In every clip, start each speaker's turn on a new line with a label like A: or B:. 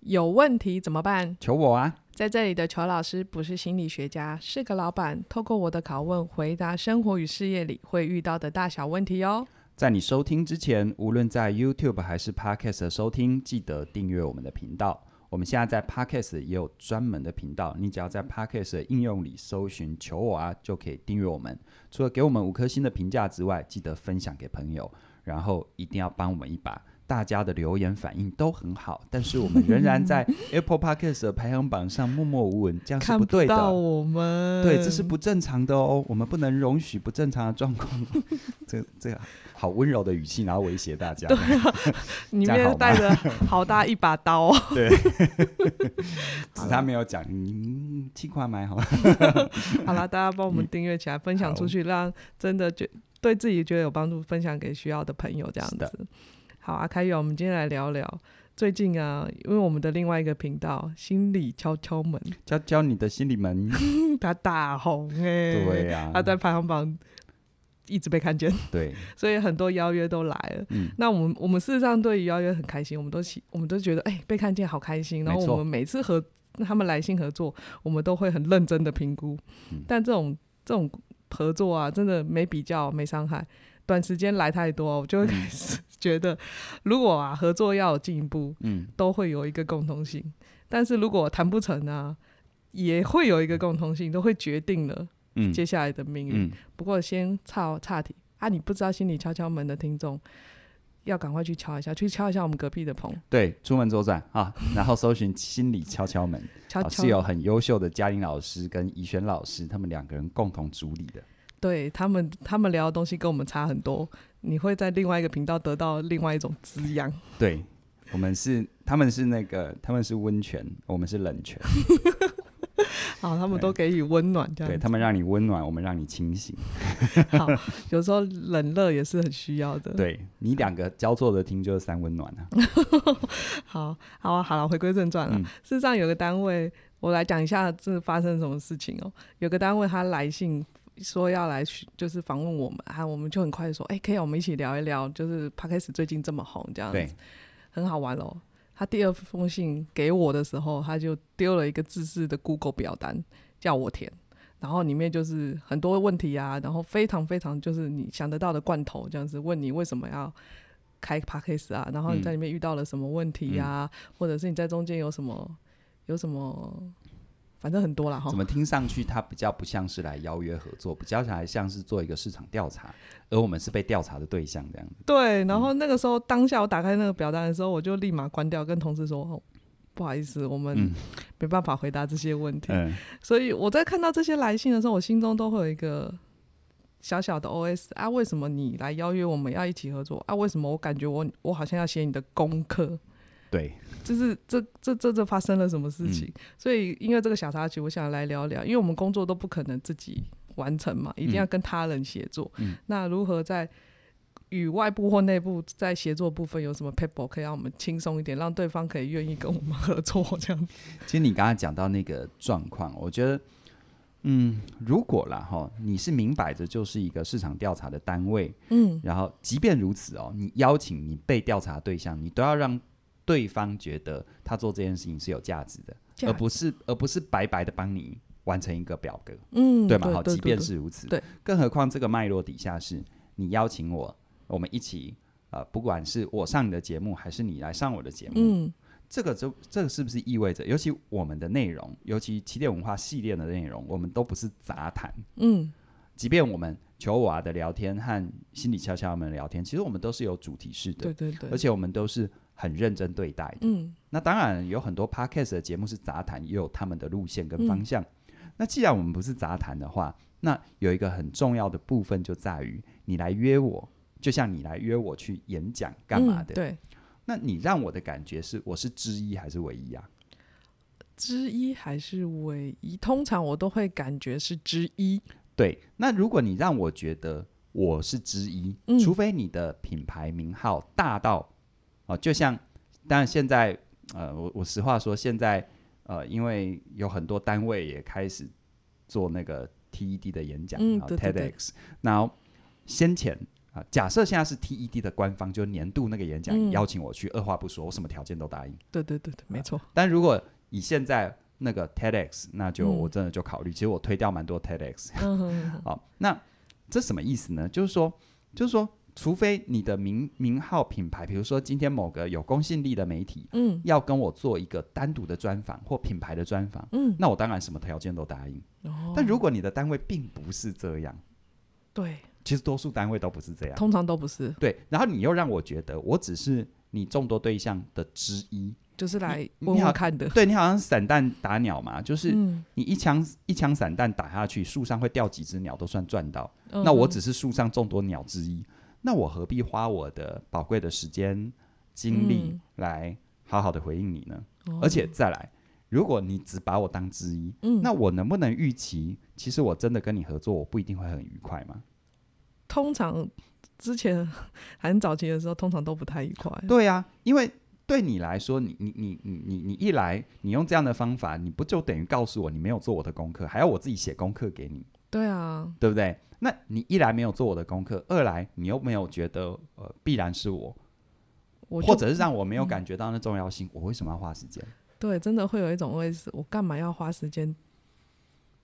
A: 有问题怎么办？
B: 求我啊！
A: 在这里的裘老师不是心理学家，是个老板。透过我的拷问，回答生活与事业里会遇到的大小问题哦。
B: 在你收听之前，无论在 YouTube 还是 Podcast 的收听，记得订阅我们的频道。我们现在在 Podcast 也有专门的频道，你只要在 Podcast 的应用里搜寻“求我啊”，就可以订阅我们。除了给我们五颗星的评价之外，记得分享给朋友，然后一定要帮我们一把。大家的留言反应都很好，但是我们仍然在 Apple Podcast 的排行榜上默默无闻，这样是
A: 看
B: 不对的。
A: 到啊我们，
B: 对，这是不正常的哦，我们不能容许不正常的状况。哦 这这啊个好温柔的语气，然后威胁大家。
A: 里
B: 这样好
A: 面
B: 吗
A: 带着好大一把刀、 哦。
B: 对， 只是他没有讲，嗯，气块 买好了。
A: 好了，大家帮我们订阅起来，分享出去，让真的觉对自己觉得有帮助，分享给需要的朋友，这样
B: 是的
A: 子。好啊，凯宇，我们今天来聊聊最近啊，因为我们的另外一个频道《心理敲敲门
B: 教教你的心理门。》
A: 它大红哎、
B: 对呀、
A: 它在排行榜一直被看见，
B: 对，
A: 所以很多邀约都来了。
B: 嗯，
A: 那我们我们事实上对于邀约很开心，我们都喜，我们都觉得哎、被看见好开心。然后
B: 没错
A: 我们每次合他们来信合作，我们都会很认真的评估。
B: 嗯
A: 但这种这种合作啊，真的没比较没伤害，短时间来太多，我就会
B: 嗯
A: 开始 觉得，如果啊合作要有进步，
B: 嗯，
A: 都会有一个共通性。但是如果谈不成啊，也会有一个共通性，都会决定了
B: 嗯，
A: 接下来的命运。
B: 嗯，
A: 不过先岔岔题啊，你不知道心理敲敲门的听众，要赶快去敲一下，去敲一下我们隔壁的棚，
B: 对，出门左转啊，然后搜寻心理敲敲门，
A: 敲
B: 啊
A: 敲、
B: 是有很优秀的嘉玲老师跟怡璇老师，他们两个人共同主理的。
A: 对他们他们聊的东西跟我们差很多，你会在另外一个频道得到另外一种滋养。
B: 对，我们是，他们是那个，他们是温泉，我们是冷泉。
A: 好，哦他们都给予温暖，这
B: 对
A: 样
B: 他们让你温暖，我们让你清醒。
A: 好。有时候冷热也是很需要的。，
B: 对你两个交错的听就是三温暖 啊。
A: 好，好啊，好了、回归正传了。
B: 嗯
A: 事实上，有个单位，我来讲一下这发生什么事情哦。有个单位他来信说要来去，就是访问我们，啊，我们就很快地说，哎、可以啊，我们一起聊一聊，就是 p 开始最近这么红，这样
B: 对
A: 子，很好玩哦。他第二封信给我的时候，他就丢了一个自制的 Google 表单叫我填，然后里面就是很多问题啊，然后非常非常就是你想得到的罐头，这样子问你为什么要开 p a c k a g e
B: 嗯
A: 啊，然后你在里面遇到了什么问题啊，或者是你在中间有什么有什么，反正很多啦哈
B: 怎。么听上去他比较不像是来邀约合作，比较来像是做一个市场调查，而我们是被调查的对象这样子。
A: 对，然后那个时候当下我打开那个表单的时候，我就立马关掉，跟同事说。哦不好意思，我们
B: 嗯
A: 没办法回答这些问题，
B: 嗯，
A: 所以我在看到这些来信的时候，我心中都会有一个小小的 OS 啊，为什么你来邀约我们要一起合作啊？为什么我感觉我我好像要写你的功课？
B: 对，
A: 就是这这这这发生了什么事情？
B: 嗯
A: 所以因为这个小插曲，我想来聊聊，因为我们工作都不可能自己完成嘛，一定要跟他人协作。
B: 嗯
A: 那如何在与外部或内部在协作部分有什么 paper 可以让我们轻松一点，让对方可以愿意跟我们合作这样子？
B: 其实你刚刚讲到那个状况，我觉得，嗯，如果啦哈，你是明摆着就是一个市场调查的单位，
A: 嗯，
B: 然后即便如此哦，你邀请你被调查对象，你都要让对方觉得他做这件事情是有价值的，
A: 这
B: 而
A: 样
B: 不是而不是白白的帮你完成一个表格。
A: 嗯，
B: 对嘛？好，
A: 对
B: 即便
A: 对
B: 是如此，
A: 对，
B: 更何况这个脉络底下是你邀请我，我们一起，呃，不管是我上你的节目，还是你来上我的节目，
A: 嗯，
B: 这个就这个是不是意味着，尤其我们的内容，尤其起点文化系列的内容，我们都不是杂谈，
A: 嗯，
B: 即便我们求我啊的聊天和心理悄悄们的聊天，其实我们都是有主题式
A: 对，
B: 的
A: 对对，
B: 而且我们都是很认真对待的。
A: 嗯
B: 那当然有很多 podcast 的节目是杂谈，也有他们的路线跟
A: 嗯
B: 方向。那既然我们不是杂谈的话，那有一个很重要的部分就在于你来约我，就像你来约我去演讲干嘛的、
A: 嗯对，
B: 那你让我的感觉是我是之一还是唯一啊？
A: 之一还是唯一，通常我都会感觉是之一。
B: 对，那如果你让我觉得我是之一，
A: 嗯
B: 除非你的品牌名号大到哦、就像当然现在呃，我我实话说，现在呃，因为有很多单位也开始做那个 TED 的演讲，
A: 嗯
B: 啊
A: 对对对
B: TEDx，那先前啊、好，假设现在是 TED 的官方，就年度那个演讲、
A: 嗯
B: 邀请我去，二话不说，我什么条件都答应。
A: 对对对对，
B: 嗯
A: 没 错，
B: 但如果以现在那个 TEDx，那就
A: 嗯
B: 我真的就考虑，其实我推掉蛮多 TEDx。
A: 嗯哼哼，
B: 好，那这什么意思呢？就是说，就是说，除非你的名名号品牌，比如说今天某个有公信力的媒体
A: 嗯
B: 要跟我做一个单独的专访或品牌的专访，
A: 嗯，
B: 那我当然什么条件都答应。
A: 哦
B: 但如果你的单位并不是这样，
A: 对，
B: 其实多数单位都不是这样。
A: 通常都不是，
B: 对，然后你又让我觉得我只是你众多对象的之一，
A: 就是来
B: 你
A: 问
B: 你好
A: 问看的，
B: 对你好像散弹打鸟嘛，就是
A: 嗯，
B: 你一枪一枪散弹打下去，树上会掉几只鸟都算赚到。
A: 嗯
B: 那我
A: 哼
B: 只是树上众多鸟之一，那我何必花我的宝贵的时间精力
A: 嗯
B: 来好好的回应你呢？
A: 哦
B: 而且再来，如果你只把我当之一，
A: 嗯，
B: 那我能不能预期，其实我真的跟你合作，我不一定会很愉快嘛？
A: 通常之前很早期的时候，通常都不太愉快。
B: 对呀、因为对你来说，你你你你你你一来，你用这样的方法，你不就等于告诉我你没有做我的功课，还要我自己写功课给你，
A: 对啊，
B: 对不对？那你一来没有做我的功课，二来你又没有觉得呃必然是我，
A: 我就嗯
B: 或者是让我没有感觉到那重要性，我为什么要花时间？
A: 对，真的会有一种为我干嘛要花时间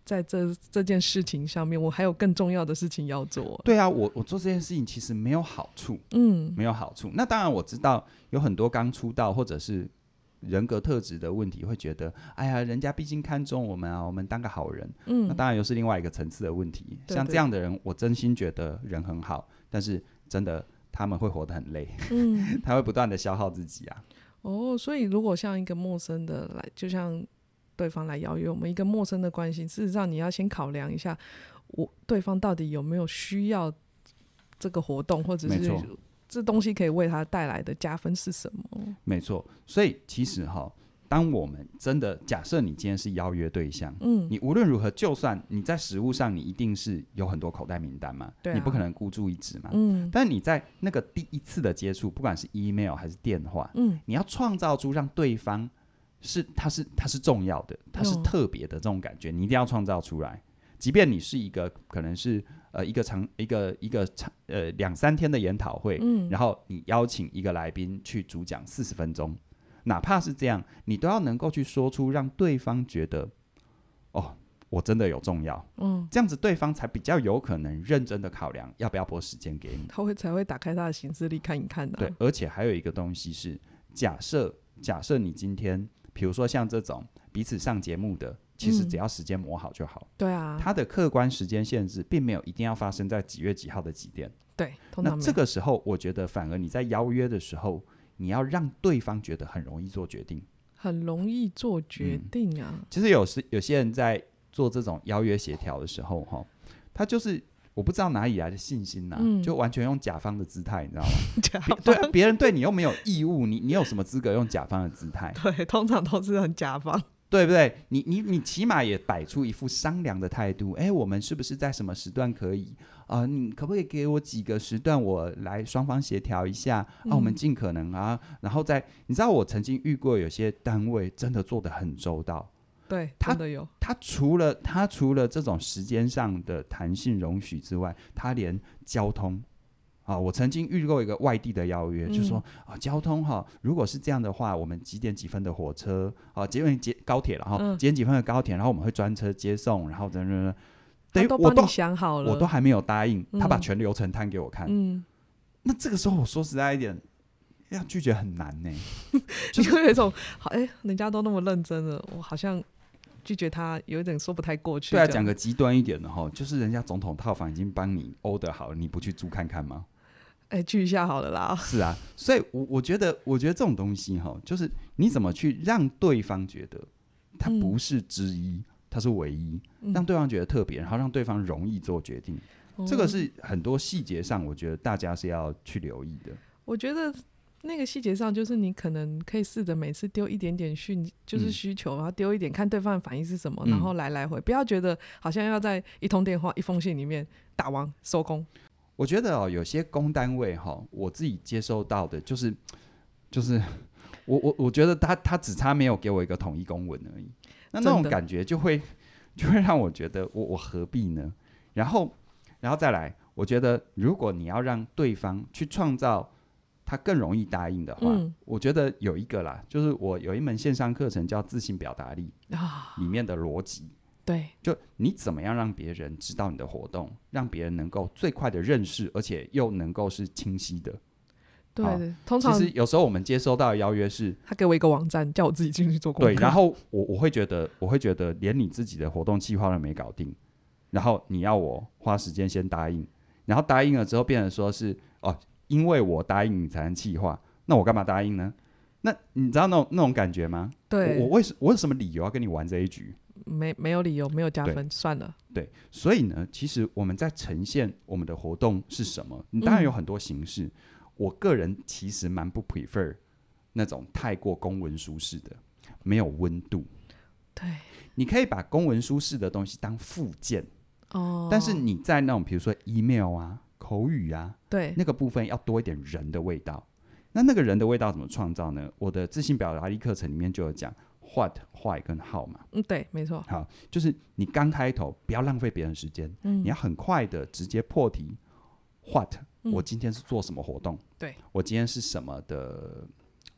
A: 在这这件事情上面？我还有更重要的事情要做。
B: 对啊，我我做这件事情其实没有好处，
A: 嗯，
B: 没有好处。那当然我知道有很多刚出道或者是人格特质的问题，会觉得哎呀，人家毕竟看重我们啊，我们当个好人。
A: 嗯
B: 那当然又是另外一个层次的问题。
A: 对
B: 像
A: 对
B: 这样的人，我真心觉得人很好，但是真的他们会活得很累，
A: 嗯，
B: 他会不断的消耗自己啊。
A: 哦，所以如果像一个陌生的来，就像对方来邀约我们一个陌生的关系，事实上你要先考量一下，我对方到底有没有需要这个活动，或者
B: 没
A: 是
B: 错
A: 这东西可以为他带来的加分是什么？
B: 没错，所以其实哈，当我们真的假设你今天是邀约对象，
A: 嗯，
B: 你无论如何，就算你在实物上，你一定是有很多口袋名单嘛，
A: 对啊
B: 你不可能孤注一掷嘛。
A: 嗯
B: 但你在那个第一次的接触，不管是 email 还是电话，
A: 嗯
B: 你要创造出让对方是他是他是重要的，他是
A: 嗯
B: 特别的这种感觉，你一定要创造出来。即便你是一个可能是呃一个长一个一个长呃两三天的研讨会，
A: 嗯，
B: 然后你邀请呃一个来宾去主讲四十分钟，哪怕是这样，你都要能够去说出让对方觉得，哦，我真的有重要，
A: 嗯，
B: 这样子对方才比较有可能认真的考量要不要拨时间给你。
A: 他会才会打开他的行事历看一看啊的、
B: 对，，而且还有一个东西是，假设假设你今天，比如说像这种彼此上节目的，其实
A: 嗯
B: 只要时间磨好就好，
A: 对啊，
B: 它的客观时间限制并没有一定要发生在几月几号的几点。
A: 对，通
B: 那
A: 常
B: 这
A: 没
B: 个时候，我觉得反而你在邀约的时候，你要让对方觉得很容易做决定。
A: 很容易做决
B: 嗯
A: 定啊。
B: 其实有时有些人在做这种邀约协调的时候，哈，他就是我不知道哪里来的信心呐、
A: 嗯
B: 就完全用甲方的姿态，你知道吗？
A: 甲
B: 别对啊，别人对你又没有义务，你你有什么资格用甲方的姿态，
A: 对，通常都是很甲方。
B: 对不对？你你你起码也摆出一副商量的态度，哎，我们是不是在什么时段可以？啊、你可不可以给我几个时段，我来双方协调一下啊？我们
A: 嗯
B: 尽可能啊，然后再你知道，我曾经遇过有些单位真的做得很周到，
A: 对，
B: 他
A: 真的有，
B: 他除了他除了这种时间上的弹性容许之外，他连交通啊，我曾经遇过一个外地的邀约，
A: 嗯
B: 就说啊，交通哈、如果是这样的话，我们几点几分的火车啊，几点几高铁了哈，
A: 嗯
B: 几点几分的高铁，然后我们会专车接送，然后等等等，
A: 他
B: 等于
A: 都
B: 我
A: 帮
B: 都
A: 你想好了，
B: 我都还没有答应，
A: 嗯
B: 他把全流程摊给我看，
A: 嗯，
B: 那这个时候我说实在一点，要拒绝很难呢、就
A: 就是会有一种好，哎、人家都那么认真了，我好像拒绝他有一点说不太过去。
B: 对啊，
A: 这
B: 讲
A: 样
B: 个极端一点的哈，就是人家总统套房已经帮你 order 好了，你不去租看看吗？
A: 哎、聚一下好了啦。
B: 是啊，所以我我觉得，我觉得这种东西哈，就是你怎么去让对方觉得他
A: 嗯
B: 不是之一，他是唯一，
A: 嗯
B: 让对方觉得特别，然后让对方容易做决定， 这个
A: 哦
B: 是很多细节上，我觉得大家是要去留意的。
A: 我觉得那个细节上，就是你可能可以试着每次丢一点点讯，就是
B: 嗯
A: 需求，然后丢一点，看对方的反应是什么，然
B: 嗯
A: 后来来回，不要觉得好像要在一通电话、一封信里面打完收工。
B: 我觉得哦，有些公单位哈、我自己接收到的就是，就是 我我我觉得他他只差没有给我一个统一公文而已，那那
A: 真
B: 种
A: 的
B: 感觉就会就会让我觉得我我何必呢？然后然后再来，我觉得如果你要让对方去创造他更容易答应的话，
A: 嗯
B: 我觉得有一个啦，就是我有一门线上课程叫自信表达力
A: 啊，
B: 里面的逻辑，
A: 对，
B: 就你怎么样让别人知道你的活动，让别人能够最快的认识，而且又能够是清晰的。
A: 对
B: 好
A: 对，通
B: 其
A: 常
B: 实有时候我们接收到的邀约是，
A: 他给我一个网站，叫我自己进去做功课。
B: 对，然后我我会觉得，我会觉得连你自己的活动计划都没搞定，然后你要我花时间先答应，然后答应了之后变成说是哦，因为我答应你才能计划，那我干嘛答应呢？那你知道那种那种感觉吗？
A: 对，
B: 我我为什我有什么理由要跟你玩这一局？
A: 没没有理由，没有加
B: 对
A: 分，算了。
B: 对，所以呢，其实我们在呈现我们的活动是什么，你当然有很多形式。我个人其实蛮不 prefer 那种太过公文书式的，没有温度。
A: 对，
B: 你可以把公文书式的东西当附件，
A: 哦，
B: 但是你在那种比如说 email 啊、口语啊
A: 对，
B: 那个部分要多一点人的味道。那那个人的味道怎么创造呢？我的自信表达力课程里面就有讲 what、why 跟 how 嘛，
A: 嗯，对，没错，
B: 好，就是你刚开头不要浪费别人时间，
A: 嗯
B: 你要很快的直接破题，what？、
A: 嗯
B: 我今天是做什么活动？
A: 对，
B: 我今天是什么的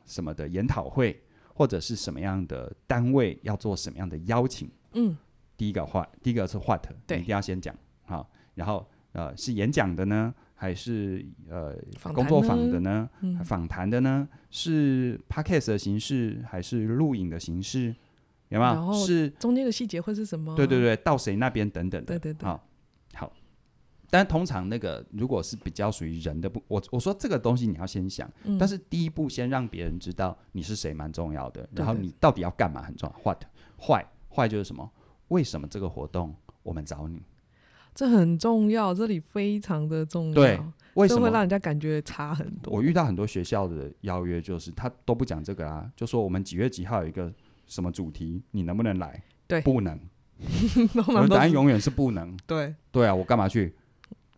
B: 什么的研讨会，或者是什么样的单位要做什么样的邀请？
A: 嗯，
B: 第一个 what，第一个是 what，
A: 对
B: 你一定要先讲好，然后呃是演讲的呢，还是呃
A: 访
B: 工
A: 谈
B: 作
A: 呢
B: 坊的呢？
A: 嗯
B: 访谈的呢是 podcast 的形式还是录影的形式？有没
A: 然后
B: 有？是
A: 中间的细节会是什么？
B: 对对，对，到谁那边等等的，
A: 哦对对对
B: 好，好。但通常那个如果是比较属于人的不，我我说这个东西你要先想，
A: 嗯
B: 但是第一步先让别人知道你是谁蛮重要的，
A: 对
B: 然后
A: 对
B: 你到底要干嘛很重要。What 坏坏就是什么？为什么这个活动我们找你？
A: 这很重要，这里非常的重要，
B: 对为什
A: 这会让
B: 么？
A: 人家感觉差很
B: 我
A: 多。
B: 遇到很多学校的邀约，就是他都不讲这个啊，就说我们几月几号有一个什么主题，你能不能来？
A: 对
B: 不能，
A: 我
B: 我们答案永远是不能。
A: 对，
B: 对啊，我干嘛去？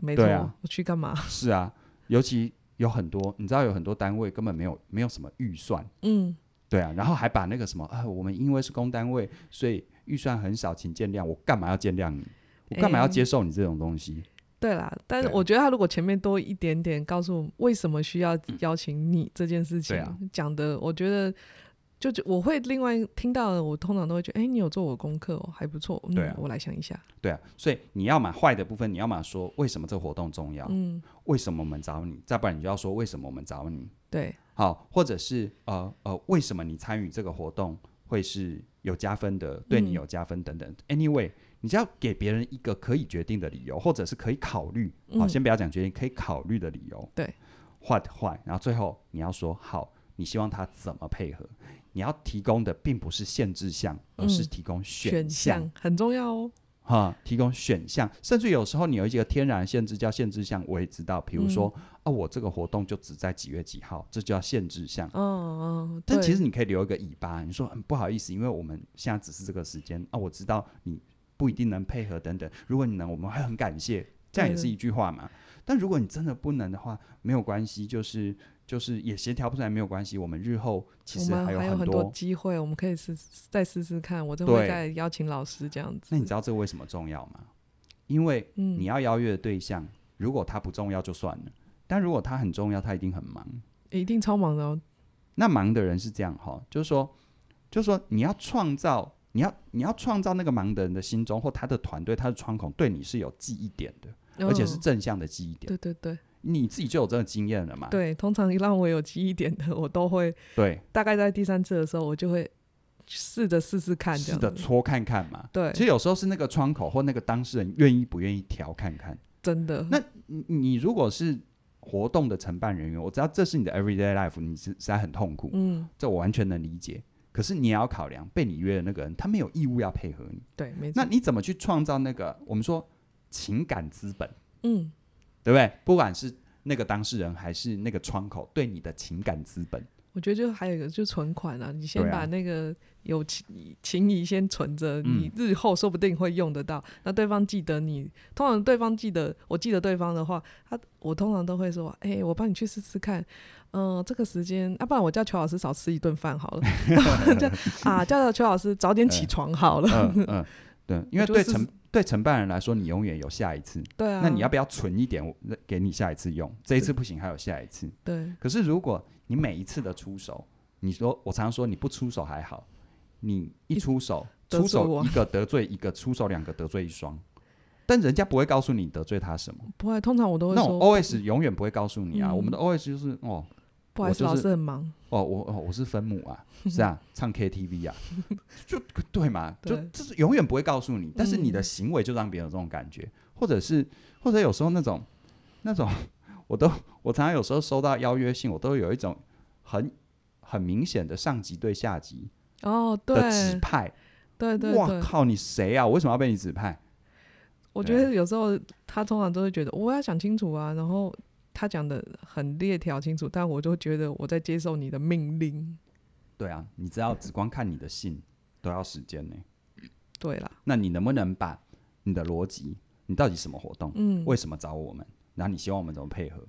A: 没错
B: 对啊，
A: 我去干嘛？
B: 是啊，尤其有很多，你知道有很多单位根本没有没有什么预算，
A: 嗯，
B: 对啊，然后还把那个什么啊，我们因为是公单位，所以预算很少，请见谅。我干嘛要见谅你？我干嘛要
A: 哎
B: 接受你这种东西？
A: 对啦，但是
B: 对啊
A: 我觉得他如果前面多一点点告诉我们为什么需要邀请你这件事情
B: 对啊
A: 讲的，我觉得就就我会另外听到的，我通常都会觉得，哎、你有做我功课哦，还不错，嗯，
B: 对啊
A: 我来想一下，
B: 对啊，所以你要嘛坏的部分，你要嘛说为什么这个活动重要，
A: 嗯，
B: 为什么我们找你，再不然你就要说为什么我们找你，
A: 对，
B: 好，或者是呃呃，为什么你参与这个活动会是有加分的，对
A: 嗯
B: 你有加分等等。Anyway，你只要给别人一个可以决定的理由，或者是可以考虑，好，
A: 嗯
B: 先不要讲决定，可以考虑的理由。
A: 对
B: 坏的坏，然后最后你要说好，你希望他怎么配合？你要提供的并不是限制项，而是
A: 嗯
B: 提供
A: 选
B: 项
A: 项很重要哦，
B: 哈，提供选项，甚至有时候你有一些天然限制叫限制项，我也知道，比
A: 嗯
B: 如说、啊，我这个活动就只在几月几号，这就叫限制项。
A: 嗯嗯，
B: 但
A: 对
B: 其实你可以留一个尾巴，你说很不好意思，因为我们现在只是这个时间啊，我知道你不一定能配合等等。如果你能，我们会很感谢，这样也
A: 对
B: 是一句话嘛。但如果你真的不能的话，没有关系，就是就是也协调不出来没有关系，我们日后其
A: 我
B: 实
A: 们还
B: 有
A: 有
B: 很
A: 多机会，我们可以试再试试看，我真
B: 对
A: 会再邀请老师这样子。
B: 那你知道这为什么重要吗？因为
A: 嗯
B: 你要邀约的对象，如果他不重要就算了，但如果他很重要，他一定很忙。
A: 一定超忙的哦，
B: 那忙的人是这样哈，就是说，就是说你要创造，你要你要创造那个忙的人的心中或他的团队、他的窗口对你是有记忆点的，而且是
A: 嗯
B: 正向的记忆点。
A: 对对对
B: 你自己就有这个经验了嘛？
A: 对，通常让我有记忆点的，我都会
B: 对，
A: 大概在第三次的时候，我就会试着试试看这
B: 是
A: 样
B: 的，
A: 子。
B: 戳看看嘛。
A: 对
B: 其，实有时候是那个窗口或那个当事人愿意不愿意调看看。
A: 真的。
B: 那你你如果是活动的承办人员，我知道这是你的 everyday life，你是实在很痛苦，
A: 嗯，
B: 这我完全能理解。可是你也要考量被你约的那个人，他没有义务要配合你。
A: 对，没错
B: 那。你怎么去创造那个我们说情感资本，
A: 嗯，
B: 对不对？不管是那个当事人还是那个窗口对你的情感资本，
A: 我觉得就还有一个就存款啊，你先
B: 对啊
A: 把那个有情情谊先存着，
B: 嗯
A: 你日后说不定会用得到。那对方记得你，通常对方记得我记得对方的话，他我通常都会说，哎、我帮你去试试看，嗯、这个时间，啊，不然我叫邱老师少吃一顿饭好了， 然后就啊，叫邱老师早点起床好了。
B: 嗯嗯，对，因为
A: 我就
B: 对
A: 是
B: 承对承办人来说，你永远有下一次。
A: 对啊，
B: 那你要不要存一点我给你下一次用？这一次不行，还有下一次。
A: 对
B: 可是如果你每一次的出手，你说我常说你不出手还好，你一出手，
A: 得罪
B: 出手
A: 我
B: 一个得罪一个，出手两个得罪一双，但人家不会告诉你得罪他什么。
A: 不会，通常我都会
B: 那种
A: 说，
B: OS 永远不会告诉你啊，
A: 嗯
B: 我们的 OS 就是哦
A: 不好意思，
B: 我
A: 老
B: 就是
A: 师很忙，
B: 哦我哦我是分 母啊，是啊，唱 KTV 啊，就对嘛，就
A: 对
B: 这是永远不会告诉你，但是你的行为就让别人有这种感觉，或者是或者有时候那种那种 我都我常常有时候收到邀约信，我都有一种很很明显的上级对下级
A: 哦，对
B: 的指派，
A: 对对
B: 哇
A: 对，
B: 靠，你谁啊？我为什么要被你指派？
A: 我觉得有时候他通常都会觉得我要想清楚啊，然后他讲的很列条清楚，但我就觉得我在接受你的命令。
B: 对啊，你只要只光看你的信都要时间呢、
A: 对啦，
B: 那你能不能把你的逻辑，你到底什么活动，
A: 嗯，
B: 为什么找我们，然后你希望我们怎么配合，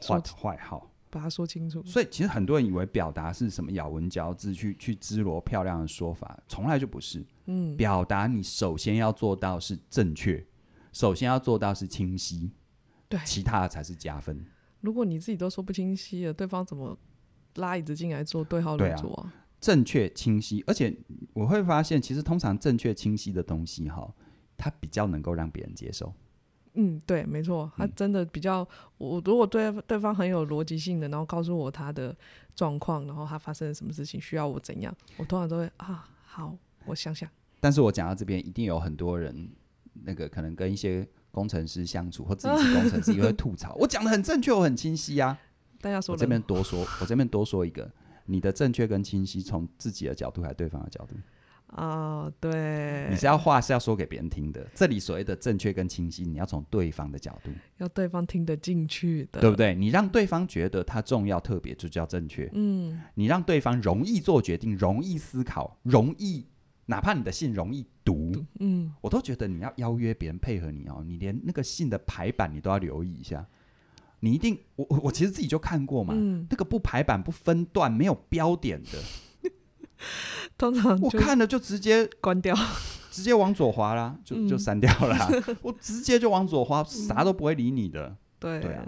A: 说
B: 画坏号。
A: 把它说清楚。
B: 所以其实很多人以为表达是什么咬文嚼字去去支罗漂亮的说法，从来就不是。
A: 嗯，
B: 表达你首先要做到是正确，首先要做到是清晰，
A: 对
B: 其他的才是加分。
A: 如果你自己都说不清晰了，对方怎么拉椅子进来坐对号入
B: 对啊
A: 座啊？
B: 正确清晰，而且我会发现，其实通常正确清晰的东西哈，它比较能够让别人接受。
A: 嗯，对，没错，他真的比较、我如果对对方很有逻辑性的，然后告诉我他的状况，然后他发生了什么事情，需要我怎样，我通常都会啊，好，我想想，
B: 但是我讲到这边，一定有很多人，那个可能跟一些工程师相处，或自己是工程师，也会 吐槽我讲的很正确，我很清晰啊。
A: 大家说
B: 我
A: 了
B: 这边多说， 我这边多说一个，你的正确跟清晰，从自己的角度还是对方的角度，
A: 啊，对，
B: 你是要话是要说给别人听的。这里所谓的正确跟清晰，你要从对方的角度，
A: 要对方听得进去的，
B: 对不？对？你让对方觉得他重要特别，就叫正确。
A: 嗯，
B: 你让对方容易做决定，容易思考，容易，哪怕你的信容易读，
A: 嗯，
B: 我都觉得你要邀约别人配合你哦，你连那个信的排版你都要留意一下。你一定，我我我其实自己就看过嘛，
A: 嗯
B: 那个不排版、不分段、没有标点的，
A: 通常
B: 我
A: 嗯就
B: 看了就直接
A: 关掉，
B: 直接往左滑啦，就
A: 嗯
B: 就删掉啦，我直接就往左滑，啥都不会理你的。
A: 对。
B: 对啊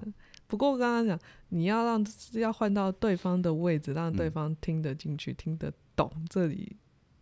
A: 不过我刚刚讲，你要让是要换到对方的位置，
B: 嗯
A: 让对方听得进去、听得懂，这里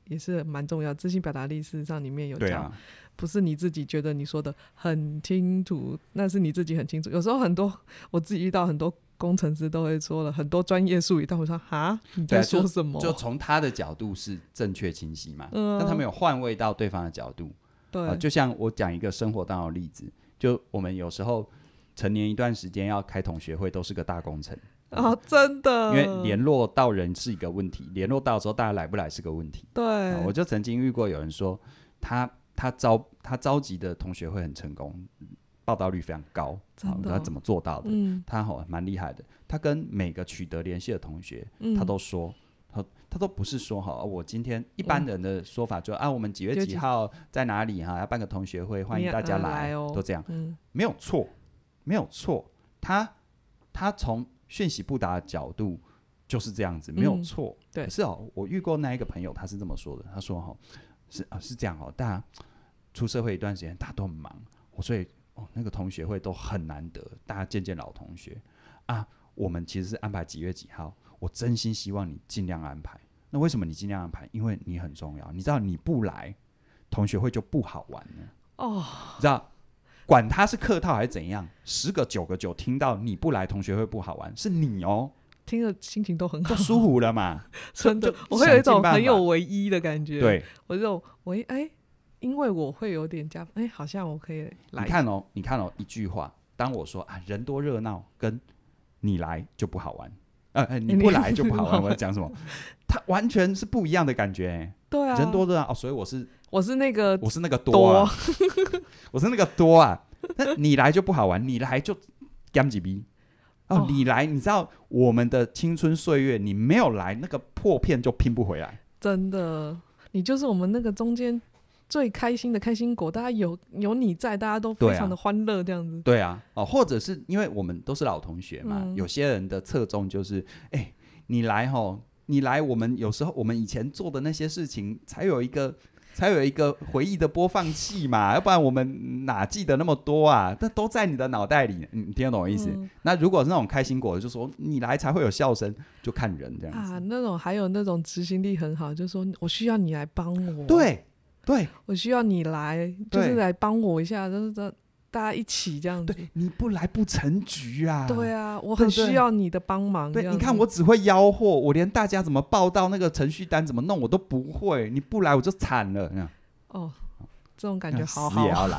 A: 也是蛮重要。自信表达力事实上里面有
B: 对
A: 讲，
B: 啊，
A: 不是你自己觉得你说的很清楚，那是你自己很清楚。有时候很多我自己遇到很多工程师都会说了很多专业术语，但我说哈，你
B: 对啊
A: 在说什么？
B: 就从他的角度是正确清晰嘛，
A: 嗯啊
B: 但他们有换位到对方的角度，
A: 对、
B: 啊，就像我讲一个生活当的例子，就我们有时候成年一段时间要开同学会，都是个大工程，
A: 啊，真的，
B: 因为联络到人是一个问题，联络到之后大家来不来是个问题。啊
A: 对
B: 我，就曾经遇过有人说，他他召他召集的同学会很成功，报道率非常高，啊
A: 真的
B: 他怎么做到的？
A: 嗯
B: 他好蛮厉害的，他跟每个取得联系的同学，
A: 嗯，
B: 他都说。他他都不是说哈，哦我今天一般人的说法就、啊，我们几月
A: 就
B: 几
A: 几
B: 号在哪里哈、要办个同学会，欢
A: 你
B: 迎大家
A: 要
B: 来，
A: 来哦
B: 都这样，
A: 嗯
B: 没有错，没有错。他他从讯息不达的角度就是这样子，没有
A: 嗯
B: 错。
A: 对
B: 可是哦，我遇过那一个朋友，他是这么说的，他说哈、哦，是啊是这样哦，大家出社会一段时间，大家都很忙，我所以哦那个同学会都很难得，大家见见老同学啊。我们其实是安排几月几号，我真心希望你尽量安排。那为什么你尽量安排？因为你很重要，你知道你不来，同学会就不好玩了。
A: 哦，
B: 你知道，管他是客套还是怎样，十个九个九听到你不来，同学会不好玩，是你 哦，
A: 听着心情都很好
B: 就。舒服 了嘛。
A: 真的
B: 就，
A: 我会有一
B: 想尽
A: 种
B: 办
A: 很有
B: 法
A: 唯一的感觉。，
B: 对，
A: 我这种唯哎、因为我会有点加分，哎、好像我可以
B: 你
A: 来。
B: 看哦，你看哦，一句话，当我说啊人多热闹，跟你来就不好玩，呃，呃你
A: 你
B: 不来就不好
A: 不好
B: 玩，
A: 玩
B: 我在讲什么？它完全是不一样的感觉、
A: 对啊，
B: 人，多热闹、哦，所以我是
A: 我是那个
B: 我是那个多、啊
A: 多，
B: 我是那个多啊。那你来就不好玩，你来就 gam 几逼。哦
A: 哦，
B: 你来，你知道我们的青春岁月，你没有来，那个破片就拼不回来。
A: 真的，你就是我们那个中间最开心的开心果。大家有有你在，大家都
B: 对
A: 非
B: 啊
A: 常的欢乐，这样子。
B: 对啊，哦，或者是因为我们都是老同学嘛，
A: 嗯
B: 有些人的侧重就是，哎、你来吼，你来，我们有时候我们以前做的那些事情，才有一个才有一个回忆的播放器嘛，要不然我们哪记得那么多啊？那都在你的脑袋里，你你听得懂我意思？
A: 嗯
B: 那如果是那种开心果，就说你来才会有笑声，就看人这样子。
A: 啊，那种还有那种执行力很好，就说我需要你来帮我，，
B: 对对
A: 我需要你来，就
B: 对
A: 是来帮我一下，就是这大家一起这样子。
B: 对，你不来不成局啊！
A: 对啊，我
B: 对
A: 很
B: 不对
A: 需要你的帮忙。这
B: 对，
A: 样
B: 你看
A: 子
B: 我只会吆喝，我连大家怎么报到那个程序单怎么弄我都不会，你不来我就惨了。那样嗯
A: 哦，这种感觉好
B: 死
A: 好
B: 也
A: 啊，
B: 要 来，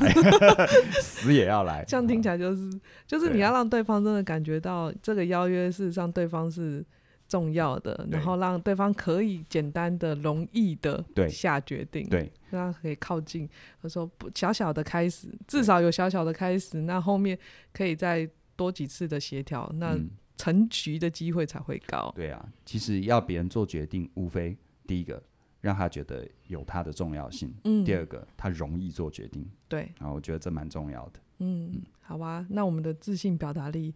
B: 死也要来。
A: 这样听起来就是就是你
B: 对啊
A: 要让对方真的感觉到这个邀约，事实上对方是重要的，
B: 对
A: 然后让对方可以简单的、容易的
B: 对
A: 下决定，
B: 对
A: 让他可以靠近。我说不，小小的开始，至少有小小的开始，那后面可以再多几次的协调，那
B: 嗯
A: 成局的机会才会高。
B: 对啊，其实要别人做决定，无非第一个让他觉得有他的重要性，
A: 嗯，
B: 第二个他容易做决定，
A: 对，
B: 然后我觉得这蛮重要的。
A: 嗯，好吧，那我们的自信表达力。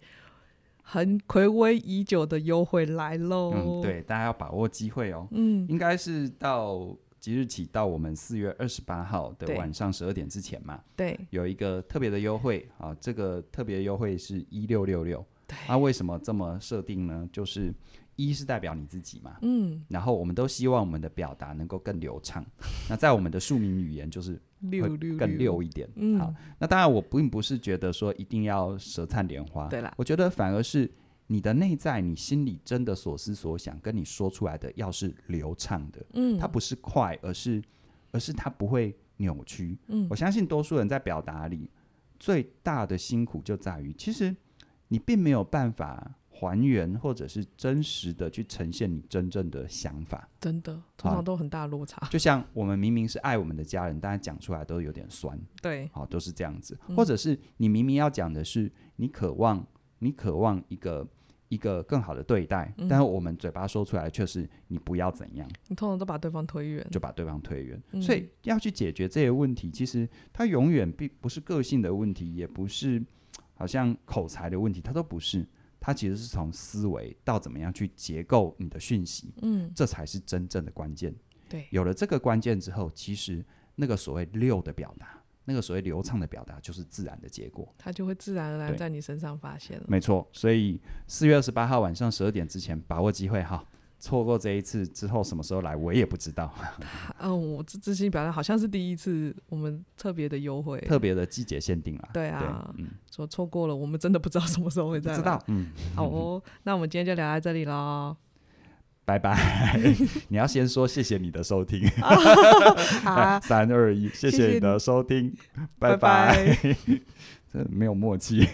A: 很暌违已久的优惠来喽！
B: 嗯，，对，大家要把握机会哦。
A: 哦嗯，
B: 应该是到即日起到我们四月二十八号的
A: 对
B: 晚上十二点之前嘛，
A: 对，
B: 有一个特别的优惠啊，这个特别优惠是一六六六。
A: 对
B: 啊，为什么这么设定呢？就是一是代表你自己嘛，
A: 嗯，
B: 然后我们都希望我们的表达能够更流 畅。那在我们的庶民语言就是
A: 六
B: 会
A: 六
B: 更溜一点。
A: 嗯
B: 好，那当然我并不是觉得说一定要舌灿莲花，
A: 对啦
B: 我觉得反而是你的内在，你心里真的所思所想，跟你说出来的要是流畅的，
A: 嗯，
B: 它不是快，而是而是它不会扭曲。
A: 嗯
B: 我相信多数人在表达里最大的辛苦就在于，其实你并没有办法还原或者是真实的去呈现你真正的想法。
A: 真的通
B: 啊
A: 常都很大落差，
B: 就像我们明明是爱我们的家人，但是讲出来都有点酸，
A: 对，
B: 好，都是这样子。
A: 嗯
B: 或者是你明明要讲的是你渴望，你渴望一个一个更好的对待，
A: 嗯
B: 但是我们嘴巴说出来却是你不要怎样，
A: 你通常都把对方推远，
B: 就把对方推远。
A: 嗯
B: 所以要去解决这些问题，其实它永远并不是个性的问题，也不是好像口才的问题，它都不是。它其实是从思维到怎么样去结构你的讯息，
A: 嗯，
B: 这才是真正的关键。
A: 对，
B: 有了这个关键之后，其实那个所谓溜的表达，那个所谓流畅的表达，就是自然的结果。
A: 他就会自然而然
B: 对嗯
A: 在你身上发现了。
B: 没错，所以四月二十八号晚上十二点之前把握机会哈，错过这一次之后什么时候来我也不知道。
A: 嗯，我自自信表达好像是第一次我们特别的优惠，
B: 特别的季节限定啦，
A: 对啊
B: 对，嗯，
A: 说错过了，我们真的不知道什么时候会
B: 不
A: 再来
B: 知道，嗯，
A: 好哦，那我们今天就聊到这里 喽。
B: 拜拜。 你要先说谢谢你的收听，
A: 好啊，
B: 三二一，
A: 谢
B: 谢
A: 谢
B: 谢你的收听，
A: 拜
B: 拜，这没有默契。